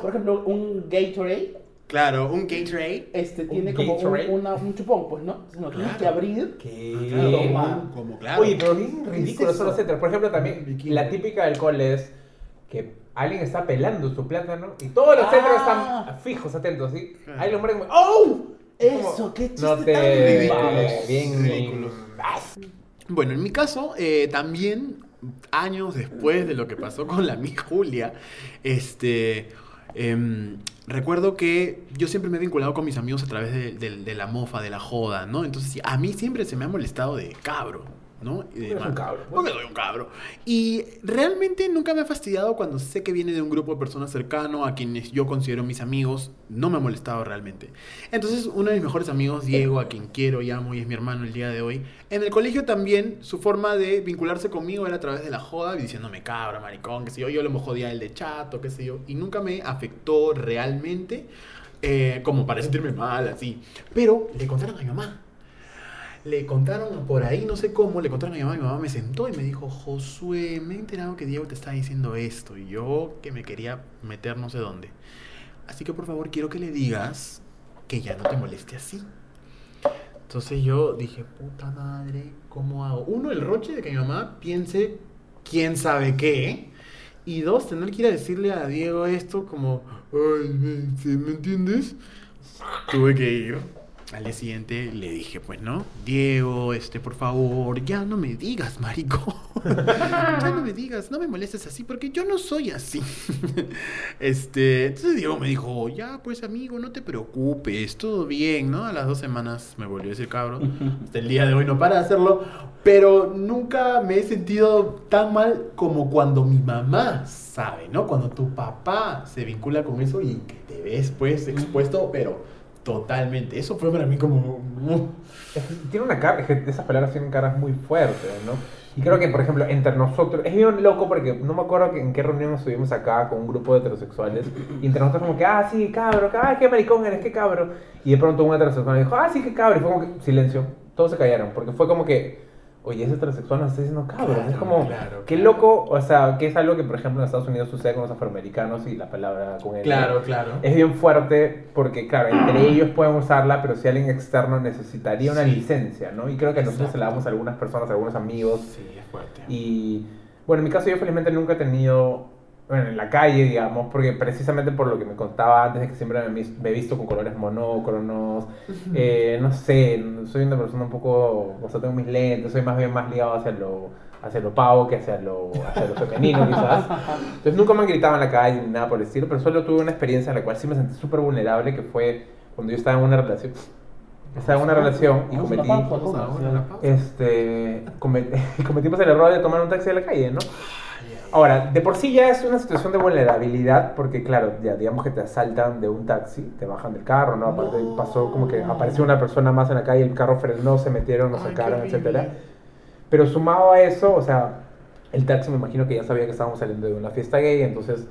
S3: Por ejemplo, un Gatorade
S1: Claro, un Gatorade.
S3: este,
S2: ¿Un
S3: tiene como un,
S2: Gatorade?
S3: una- un chupón, pues, ¿no? Sino tienes
S1: Claro.
S3: que abrir.
S2: ¿Qué?
S3: Toma.
S1: Ah, Como claro.
S2: Oye, pero es ridículo
S3: ¿Qué es
S2: solo
S3: eso?
S2: se entra. Por ejemplo, también
S1: Vikingo.
S2: la típica del cole es que alguien está pelando su plátano y todos los
S3: Ah.
S2: centros están fijos, atentos, ¿sí?
S1: Claro.
S2: Ahí los mueren como, ¡Oh! Es
S3: Eso,
S2: como,
S3: qué chiste
S2: no te...
S3: tan ridículo.
S2: Bien
S1: Ridículo. Bueno, en mi caso, eh, también años después de lo que pasó con la Miss Julia, este, em, recuerdo que yo siempre me he vinculado con mis amigos a través de, de- de la mofa, de la joda, ¿no? Entonces, a mí siempre se me ha molestado de cabro, ¿no? Y de
S2: Eres un
S1: man-
S2: cabro. pues.
S1: Porque soy un cabro. Y realmente nunca me ha fastidiado cuando sé que viene de un grupo de personas cercano a quienes yo considero mis amigos. No me ha molestado realmente. Entonces, uno de mis mejores amigos, Diego, a quien quiero y amo y es mi hermano el día de hoy, en el colegio también su forma de vincularse conmigo era a través de la joda, diciéndome cabra, maricón, qué sé yo. Yo lo jodía el de chato, qué sé yo. Y nunca me afectó realmente, eh, como para sentirme mal, así. Pero le contaron a mi mamá. Le contaron por ahí, no sé cómo, le contaron a mi mamá, mi mamá me sentó y me dijo, Josué, me he enterado que Diego te está diciendo esto y yo que me quería meter no sé dónde. Así que por favor quiero que le digas que ya no te moleste así. Entonces yo dije, puta madre, ¿cómo hago? Uno, el roche de que mi mamá piense quién sabe qué. Y dos, tener que ir a decirle a Diego esto como, ay, me- ¿sí ¿me entiendes? Tuve que ir. Al día siguiente le dije, pues no, Diego, este, por favor, ya no me digas, marico. ya no me digas, no me molestes así, porque yo no soy así. este, entonces Diego me dijo, ya, pues amigo, no te preocupes, todo bien, ¿no? A las dos semanas me volvió a decir cabrón. Hasta el día de hoy no para de hacerlo, pero nunca me he sentido tan mal como cuando mi mamá sabe, ¿no? Cuando tu papá se vincula con eso y que te ves pues expuesto, pero totalmente. Eso fue para mí como...
S2: Es que Tiene una cara, es que esas palabras tienen caras muy fuertes, ¿no? Y creo que, por ejemplo, entre nosotros, es bien loco porque no me acuerdo que- en qué reunión estuvimos acá con un grupo de heterosexuales y entre nosotros como que, ah, sí, cabro, ah, qué maricón eres, qué cabro. Y de pronto un heterosexual dijo, ah, sí, qué cabro. Y fue como que, silencio, todos se callaron porque fue como que, oye, ese heterosexual nos está diciendo cabro.
S1: Claro,
S2: es como,
S1: claro,
S2: qué
S1: claro.
S2: loco, o sea, que es algo que, por ejemplo, en Estados Unidos sucede con los afroamericanos y la palabra con el...
S1: claro. Ah.
S2: Es bien fuerte porque, claro, entre ellos pueden usarla, pero si alguien externo necesitaría una
S1: Sí.
S2: licencia, ¿no? Y creo que nosotros se la damos a algunas personas, a algunos amigos.
S1: Sí, es fuerte.
S2: Y, bueno, en mi caso yo felizmente nunca he tenido, bueno, en la calle, digamos, porque precisamente por lo que me contaba antes, de que siempre me, mis- me he visto con colores monócronos, eh, no sé, soy una persona un poco, o sea, tengo mis lentes, soy más bien más ligado hacia lo, hacia lo pavo que hacia lo, hacia lo femenino, quizás. Entonces nunca me han gritado en la calle ni nada por el estilo, pero solo tuve una experiencia en la cual sí me sentí súper vulnerable, que fue cuando yo estaba en una relación. Estaba en una relación y
S3: Vamos a la
S2: cometí...
S3: pausa, vamos a la
S1: Vamos
S3: pausa.
S1: a la pausa.
S2: Este, comet- cometimos el error de tomar un taxi de la calle, ¿no? Ahora, de por sí ya es una situación de vulnerabilidad, porque claro, ya digamos que te asaltan de un taxi, te bajan del carro, ¿no? Aparte
S1: No.
S2: pasó como que apareció una persona más en la calle, el carro frenó, se metieron, nos
S1: Ay, qué
S2: sacaron,
S1: horrible.
S2: etcétera. Pero sumado a eso, o sea, el taxi me imagino que ya sabía que estábamos saliendo de una fiesta gay, entonces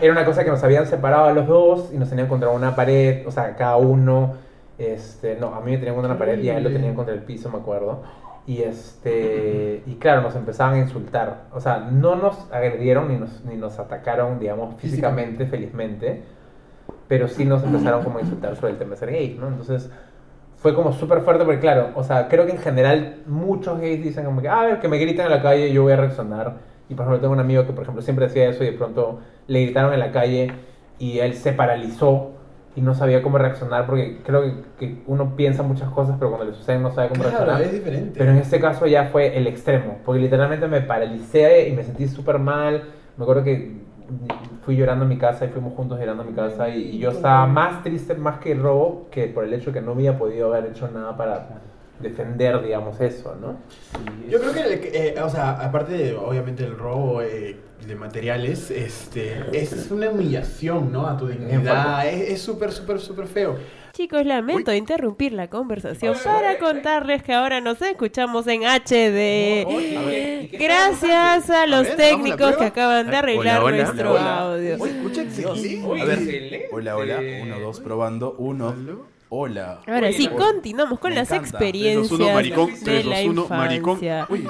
S2: era una cosa que nos habían separado a los dos y nos tenían contra una pared, o sea, cada uno, este, no, a mí me tenían contra una pared y a él lo tenían contra el piso, me acuerdo. Y este, y claro, nos empezaban a insultar. O sea, no nos agredieron ni nos, ni nos atacaron, digamos, físicamente, felizmente, pero sí nos empezaron como a insultar sobre el tema de ser gay, ¿no? Entonces, fue como súper fuerte porque claro, o sea, creo que en general muchos gays dicen como que, "Ah, a ver, que me gritan en la calle, yo voy a reaccionar. Y por ejemplo, tengo un amigo que, por ejemplo, siempre hacía eso y de pronto le gritaron en la calle y él se paralizó y no sabía cómo reaccionar porque creo que, que uno piensa muchas cosas, pero cuando le suceden no sabe cómo
S5: Claro, es
S2: reaccionar.
S5: diferente.
S2: Pero en este caso ya fue el extremo, porque literalmente me paralicé y me sentí súper mal. Me acuerdo que fui llorando a mi casa y fuimos juntos llorando a mi casa y, y yo estaba más triste más que el robo que por el hecho que no había podido haber hecho nada para defender, digamos, eso, ¿no?
S5: Yo creo que, el que- eh, o sea, aparte de, obviamente, el robo eh, de materiales, este, es, es una humillación, ¿no? A tu dignidad. Es es súper, súper, súper feo.
S4: Chicos, lamento interrumpir la conversación para contarles que ahora nos escuchamos en
S2: A
S4: HD.
S2: ver, ¿y qué
S4: Gracias a los
S3: ver, hagamos la
S4: técnicos que
S3: prueba.
S4: acaban de
S3: Hola,
S4: arreglar
S3: Ah, hola,
S4: nuestro
S3: hola.
S4: audio.
S5: Uy, escucha, sí, sí.
S3: uy,
S5: A ver,
S2: excelente.
S3: Hola, hola. Uno,
S2: Este,
S3: dos, probando. Uno. Hola.
S4: Ahora sí,
S3: Uy,
S4: continuamos con
S3: me
S4: las
S3: encanta.
S4: experiencias
S3: 3-2-1, maricón.
S4: de la
S3: 3-2-1, maricón.
S4: infancia.
S3: Uy.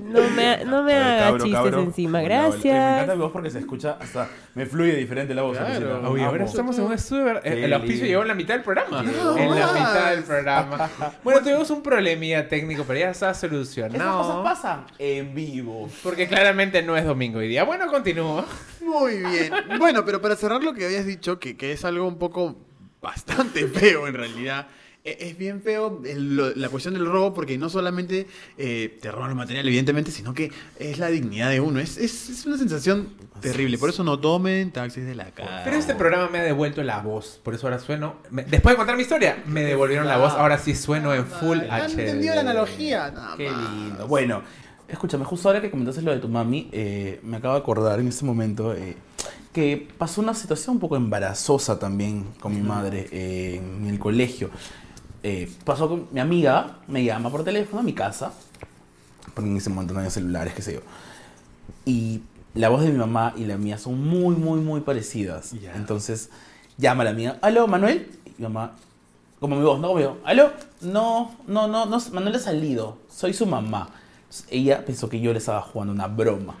S4: No me, no me
S3: A ver,
S4: hagas
S3: cabro,
S4: Ah, chistes
S3: cabro.
S4: encima,
S3: Hola, hola. Eh, Me
S4: gracias.
S3: encanta mi voz porque se escucha hasta. Me fluye diferente la voz. alucina.
S5: Claro.
S3: Amo.
S2: Oye, ahora estamos en un estudio. ¿verdad?
S3: Qué
S2: El el auspicio
S3: lindo.
S2: llegó en la mitad del programa.
S3: No
S2: en la
S5: más.
S2: mitad del programa. Bueno, tuvimos un problemilla técnico, pero ya está
S3: Esas
S2: solucionado.
S3: cosas pasan en vivo.
S2: Porque claramente no es domingo hoy día. Bueno, continúo.
S3: Muy bien.
S1: Bueno, pero para cerrar lo que habías dicho, que, que es algo un poco bastante feo en realidad. e- Es bien feo el- lo- la cuestión del robo porque no solamente eh, te roban los materiales, evidentemente, sino que es la dignidad de uno. Es, es- es una sensación terrible. Por eso no tomen taxis de la calle.
S2: Pero este programa me ha devuelto la voz. Por eso ahora sueno. me- Después de contar mi historia, me devolvieron la voz. Ahora sí sueno en full
S1: Ah,
S2: HD.
S1: ¿Han entendido la analogía? Nada
S3: Qué
S1: más.
S3: lindo.
S1: Bueno,
S3: Bueno, escúchame, justo ahora que comentaste lo de tu mami, eh, me acabo de acordar en este momento eh, que pasó una situación un poco embarazosa también con mi madre eh, en el colegio. Eh, pasó con mi amiga, me llama por teléfono a mi casa, porque en ese momento no había celulares, qué sé yo. Y la voz de mi mamá y la mía son muy, muy, muy parecidas.
S1: Ya.
S3: Entonces llama la mía, aló, Manuel. Y mi mamá, como mi voz, ¿no? Como yo, aló, no, no, no, no, Manuel ha salido, soy su mamá. Entonces, ella pensó que yo le estaba jugando una broma.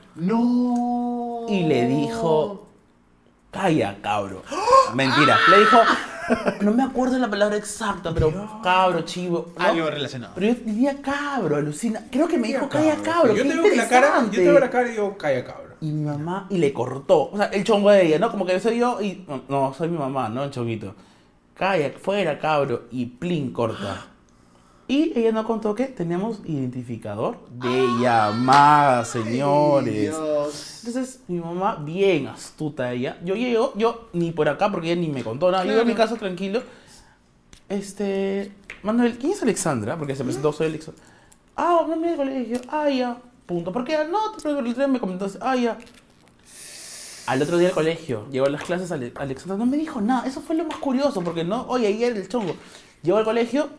S1: no.
S3: Y le dijo, calla, cabro. Mentira, le dijo, no me acuerdo la palabra exacta, pero cabro, chivo. ¿no?
S1: algo relacionado.
S3: Pero yo diría cabro, alucina. Creo que me dijo, calla, cabro.
S2: Yo
S3: qué
S2: te veo la cara, yo te veo
S3: interesante".
S2: la cara y digo, calla, cabrón.
S3: Y mi mamá, y le cortó. O sea, el chongo de ella, ¿no? Como que soy yo y. no, No, soy mi mamá, ¿no? El chonguito. Calla, fuera, cabro. Y plin, corta. Y ella no contó que teníamos identificador de llamada, señores.
S1: Dios.
S3: Entonces, mi mamá, bien astuta ella. Yo llego, yo ni por acá, porque ella ni me contó nada. Llego a mi casa tranquilo. Este. Manuel, ¿quién es Alexandra? Porque se presentó, soy Alexandra. Ah, una amiga del colegio. Ah, ya. Punto. ¿Por qué? Ah, No, te pregunto, el otro día me comentó. Ah, ya. Al otro día del colegio, llegó a las clases, Ale- Alexandra no me dijo nada. Eso fue lo más curioso, porque no, oye, ahí era el chongo. Llegó al colegio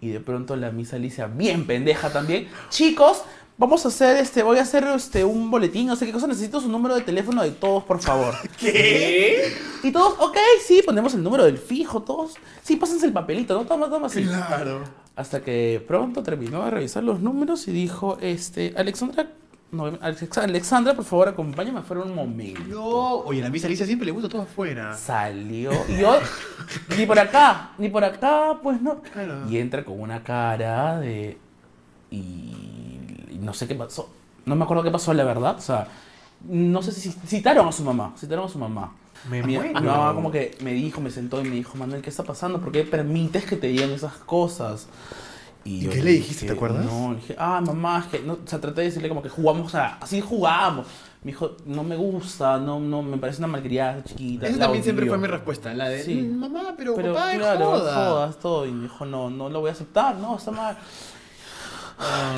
S3: y de pronto la misa Alicia, bien pendeja también. Chicos, vamos a hacer este, voy a hacer este un boletín, no sé qué cosa, necesito su número de teléfono de todos, por favor.
S2: ¿Qué?
S3: Y todos, ok, sí, ponemos el número del fijo, todos. Sí, pásense el papelito, ¿no? Toma, toma, sí.
S1: Claro.
S3: Hasta que pronto terminó de revisar los números y dijo, este, Alexandra, no, Alex- Alexandra, por favor, acompáñame afuera un momento.
S1: No. Oye, a la misa Alicia siempre le gusta todo afuera.
S3: Salió. Y yo, ni por acá, ni por acá, pues no.
S1: Claro.
S3: Y entra con una cara de. Y, y no sé qué pasó. No me acuerdo qué pasó, la verdad. O sea, no sé si citaron a su mamá. Citaron a su mamá.
S1: Ah,
S2: Me
S3: Mi-
S2: muero.
S3: mi mamá como que me dijo, me sentó y me dijo, Manuel, ¿qué está pasando? ¿Por qué permites que te digan esas cosas?
S1: ¿Y
S3: yo
S1: qué le dijiste, te acuerdas?
S3: No, le dije, ah, mamá, es que, no, o sea, traté de decirle como que jugamos, o sea, así jugamos. Me dijo, no me gusta, no, no, me parece una malcriada esa chiquita.
S1: Esa
S3: la
S1: también siempre
S3: odio".
S1: fue mi respuesta, la de
S3: Sí.
S1: "Mm, mamá, pero,
S3: Pero
S1: papá es
S3: claro,
S1: joda".
S3: jodas, todo. Y me dijo, no, no lo voy a aceptar, no, está mal.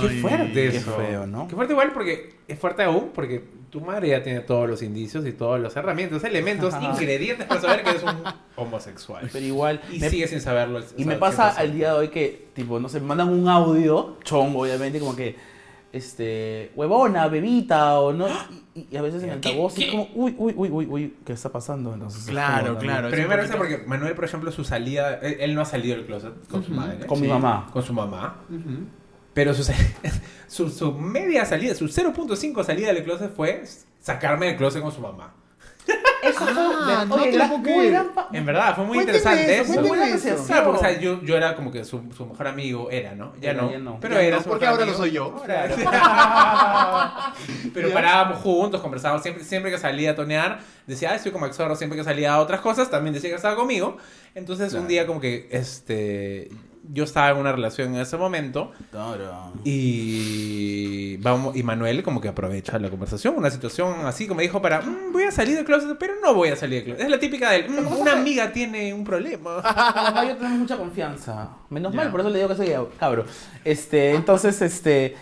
S2: Qué fuerte
S3: qué
S2: eso.
S3: feo, ¿no?
S2: Qué fuerte igual porque es fuerte aún porque tu madre ya tiene todos los indicios y todas las herramientas, elementos, ingredientes para saber que eres un homosexual.
S3: Pero igual.
S2: Y
S3: me-
S2: sigue sin saberlo. o
S3: Y
S2: sea,
S3: me pasa
S2: 100%.
S3: al día de hoy que, tipo, no sé, me mandan un audio, chongo, obviamente, como que, este, huevona, bebita, o no. y- Y, y a veces en altavoz es como, uy, uy, uy, uy, uy, ¿qué está pasando? Entonces, es
S1: Claro,
S3: como también-
S1: claro.
S2: Pero a mí me parece porque Manuel, por ejemplo, su salida, él, él no ha salido del closet con su madre.
S3: Con mi mamá.
S2: Con su mamá. Pero su, sa- su, su media salida, su 0.5 salida del closet fue sacarme del closet con su mamá.
S3: Eso fue.
S1: Ah, no
S3: oye,
S1: te
S3: la-
S1: lo puedo
S3: muy
S1: creer.
S3: gran pa-
S2: En verdad, fue muy
S1: Cuénteme
S2: interesante
S1: eso,
S2: eso.
S3: muy buena
S1: cuénteme eso.
S3: asociación.
S2: Claro, porque o sea, yo, yo era como que su, su mejor amigo era, ¿no? Ya,
S3: Era,
S2: no,
S3: ya no.
S2: Pero
S1: Ya
S2: era.
S1: no,
S2: su
S1: porque
S2: mejor
S1: ahora lo
S2: amigo.
S1: soy yo.
S2: Ahora. pero
S1: Ya.
S2: parábamos juntos, conversábamos. Siempre, siempre que salía a tonear, decía, ay, estoy como Exorro. Siempre que salía a otras cosas, también decía que estaba conmigo. Entonces, un día, como que este. Yo estaba en una relación en ese momento
S3: Claro.
S2: y vamos y Manuel como que aprovecha la conversación, una situación así como dijo para, "Mm, voy a salir del closet, pero no voy a salir del closet. Es la típica del, "Mm, una amiga tiene un problema.
S3: Además, yo tengo mucha confianza. Menos mal, por eso le digo que soy cabro. Este, entonces, este,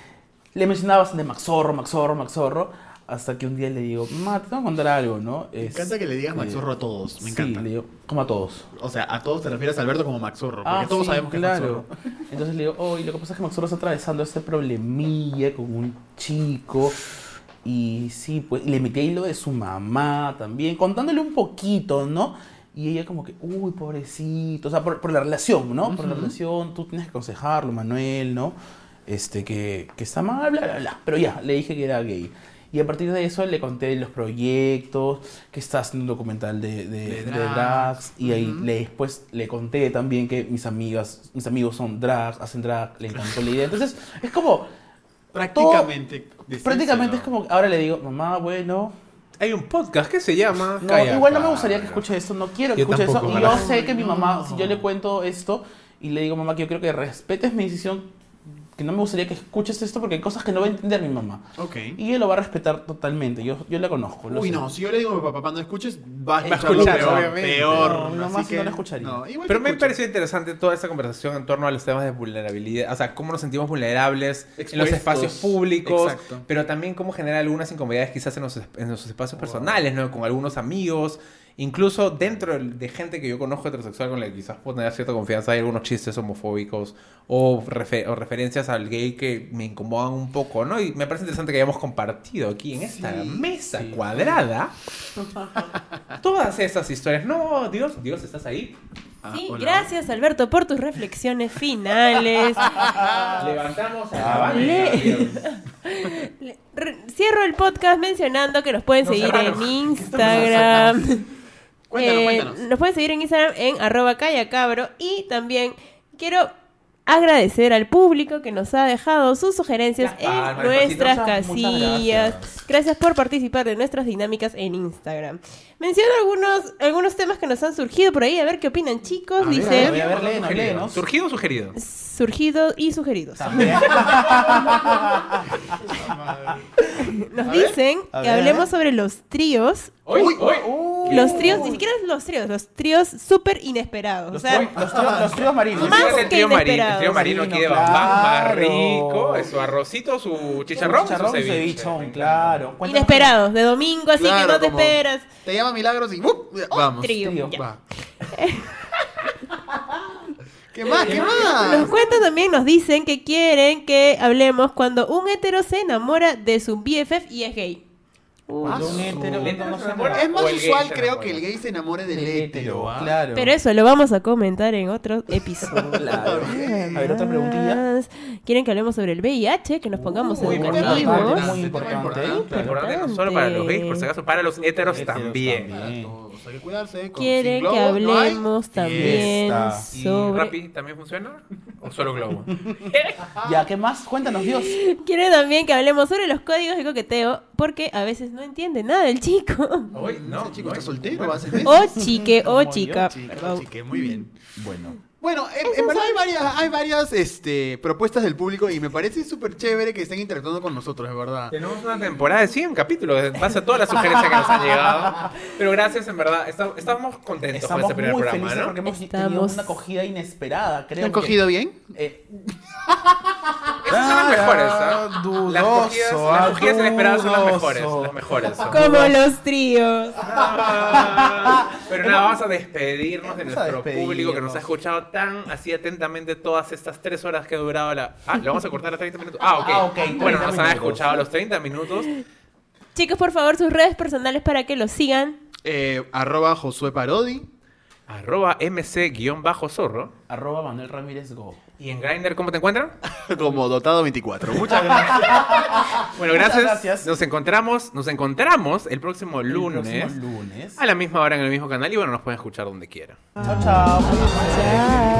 S3: le mencionaba bastante Maxorro, Maxorro, Maxorro. Hasta que un día le digo, ma, te tengo que contar algo, ¿no?
S1: Me encanta que le digas Maxorro a todos. Me encanta.
S3: Sí, le digo, como a todos.
S1: O sea, a todos te refieres a Alberto como Maxorro. Porque
S3: Ah,
S1: todos
S3: sí,
S1: sabemos que es
S3: claro.
S1: Maxorro.
S3: Entonces le digo, oh, y lo que pasa es que Maxorro está atravesando este problemilla con un chico. Y sí, pues, y le metí ahí lo de su mamá también, contándole un poquito, ¿no? Y ella como que, uy, pobrecito, o sea, por, por la relación, ¿no? Por la relación, tú tienes que aconsejarlo, Manuel, ¿no? Este, que, que está mal, bla, bla, bla. Pero ya, le dije que era gay. Y a partir de eso le conté los proyectos, que está haciendo un documental de, de,
S1: De
S3: de
S1: drags.
S3: drags, y ahí le, después le conté también que mis amigas, mis amigos son drags, hacen drag, le encantó la idea. Entonces, es como,
S1: Prácticamente. decírselo.
S3: prácticamente es como, ahora le digo, mamá, bueno,
S2: Hay un podcast que se llama...
S3: no,
S2: Calla,
S3: igual no me
S2: Cabra.
S3: gustaría que escuche esto, no quiero que
S2: Yo
S3: escuche eso.
S2: tampoco,
S3: Y yo
S2: ojalá.
S3: sé que mi mamá,
S1: No.
S3: si yo le cuento esto y le digo, mamá, que yo creo que respetes mi decisión, que no me gustaría que escuches esto porque hay cosas que no va a entender mi mamá.
S1: Ok.
S3: Y ella lo va a respetar totalmente, yo, yo la conozco. lo
S1: Uy,
S3: sé.
S1: no, si yo le digo a mi papá, papá, no escuches, va a
S2: Va a
S1: escuchar lo
S2: escuchar,
S1: peor.
S2: obviamente.
S1: peor.
S3: No, mi mamá
S1: Así
S3: sí no
S1: que-
S3: la escucharía.
S1: no, igual
S2: Pero
S1: te
S2: me
S1: escucha.
S2: pareció interesante toda esta conversación en torno a los temas de vulnerabilidad, o sea, cómo nos sentimos vulnerables en los
S1: Expuestos.
S2: espacios públicos,
S1: Exacto.
S2: pero también cómo generar algunas incomodidades quizás en los, es- en los espacios personales, ¿no? Con algunos amigos, incluso dentro de- de gente que yo conozco heterosexual con la que quizás puedo tener cierta confianza, hay algunos chistes homofóbicos o, refe- o referencias al gay que me incomodan un poco, ¿no? Y me parece interesante que hayamos compartido aquí en esta mesa cuadrada todas esas historias. No, Dios, Dios, estás ahí.
S1: Ah,
S4: Sí,
S1: hola.
S4: gracias Alberto por tus reflexiones finales.
S2: Levantamos
S6: Ah,
S2: a la banda.
S4: vale. Le- re- Cierro el podcast mencionando que nos pueden
S2: No,
S4: seguir en
S2: cerramos.
S4: Instagram.
S1: Cuéntanos,
S4: Eh,
S1: cuéntanos.
S4: Nos pueden seguir en Instagram en arroba callacabro y también quiero agradecer al público que nos ha dejado sus sugerencias
S2: Las
S4: en
S2: palmas,
S4: nuestras
S3: pasitos. Muchas
S4: casillas. Gracias.
S3: gracias.
S4: por participar de nuestras dinámicas en Instagram. Menciono algunos, algunos temas que nos han surgido por ahí, a ver qué opinan chicos.
S1: ver,
S4: Dice,
S3: a ver, léenos, léenos.
S2: ¿Surgido o sugerido?
S4: surgidos y sugeridos.
S3: También.
S4: Nos dicen
S3: a ver,
S4: que
S3: a
S4: hablemos
S3: ver.
S4: sobre los tríos.
S2: Hoy, hoy.
S4: Los tríos, ni siquiera los tríos, los tríos súper inesperados. O
S3: Los,
S4: sea,
S3: tríos- los tríos- los tríos marinos.
S4: Más
S2: el trío, marino,
S4: que
S2: el
S4: inesperados.
S2: trío marino aquí de
S3: Claro.
S2: Bambam, rico, su arrocito, su chicharrón,
S3: Chicharrón,
S2: su ceviche.
S3: cevichón, claro. Cuéntanos-
S4: inesperados, de domingo, así
S1: Claro,
S4: que no te
S1: como
S4: esperas.
S1: Te llama Milagros y ¡bup! vamos.
S4: Trío.
S3: Trío.
S4: ya.
S1: Va. ¿Qué más? ¿Qué más?
S4: Nos cuentan también, nos dicen que quieren que hablemos cuando un hetero se enamora de su BFF y es gay.
S2: Ah,
S3: Uy, de un hétero,
S2: ¿El hétero
S3: no
S2: se
S3: sé.
S2: enamora?
S1: Es
S2: O
S1: más
S2: el gay
S1: usual,
S2: se
S1: creo,
S2: enamora.
S1: que el gay se enamore
S2: este
S1: del
S3: Del
S1: hétero.
S3: hétero,
S1: ¿ah?
S3: claro.
S4: Pero eso lo vamos a comentar en otro episodio.
S3: Claro. A ver, otra preguntilla.
S4: Además, Quieren que hablemos sobre el VIH, que nos pongamos
S1: Uh, Muy
S4: en
S1: importante,
S4: activos.
S3: muy
S1: tema
S3: importante.
S2: Muy importante, no solo para los gays, por si acaso, para los héteros también.
S1: Para todos. Hay que cuidarse. con- sin
S4: Quieren que
S1: globos no hay.
S4: hablemos también
S3: Fiesta.
S2: ¿Y
S4: sobre
S2: Rappi también funciona? ¿O solo Globo?
S3: Ya, ¿qué más? Cuéntanos, Dios.
S4: Quiere también que hablemos sobre los códigos de coqueteo, porque a veces no entiende nada el chico.
S2: Hoy, no.
S1: Ese chico
S2: no
S1: está
S2: hay-
S1: soltero hace meses.
S4: O chique, o
S3: Como
S4: chica.
S1: Chica, chique, muy bien.
S3: Bueno.
S1: Bueno, en, en verdad hay varias, hay varias este, propuestas del público y me parece súper chévere que estén interactuando con nosotros, es verdad.
S2: Tenemos una temporada de 100 capítulos, en base a todas las sugerencias que nos han llegado. Pero gracias, en verdad, está- estamos contentos con
S3: Estamos
S2: este
S3: muy
S2: primer programa,
S3: felices
S2: ¿no?
S3: porque hemos tenido
S4: Estamos-
S3: una acogida inesperada, creo.
S1: ¿Te han
S3: que-
S1: cogido bien?
S3: Eh,
S2: Esas son las mejores, ¿ah? Las
S3: dudoso,
S2: cogidas, las
S3: ah,
S2: cogidas inesperadas son las
S3: dudoso.
S2: mejores, las mejores. son.
S4: Como los tríos.
S2: Ah, Pero nada, vamos a despedirnos de
S3: Vamos a
S2: nuestro
S3: despedirnos.
S2: público que nos ha escuchado tan así atentamente todas estas tres horas que ha durado la... Ah, ¿lo vamos a cortar a 30 minutos? Ah, ok.
S3: Ah, ok,
S2: bueno,
S3: 30
S2: nos han
S3: minutos.
S2: escuchado los 30 minutos.
S4: Chicos, por favor, sus redes personales para que los sigan.
S1: Eh, arroba Josué Parodi.
S2: arroba mc-zorro.
S3: Arroba Manuel Ramírez Go.
S2: ¿Y en Grindr cómo te encuentran?
S1: Como dotado 24. Muchas gracias.
S2: Bueno, gracias.
S3: Muchas gracias.
S2: Nos encontramos, nos encontramos el próximo
S3: El
S2: lunes.
S3: próximo lunes.
S2: A la misma hora en el mismo canal y bueno, nos pueden escuchar donde quieran.
S3: Chao, chao.
S7: Chao.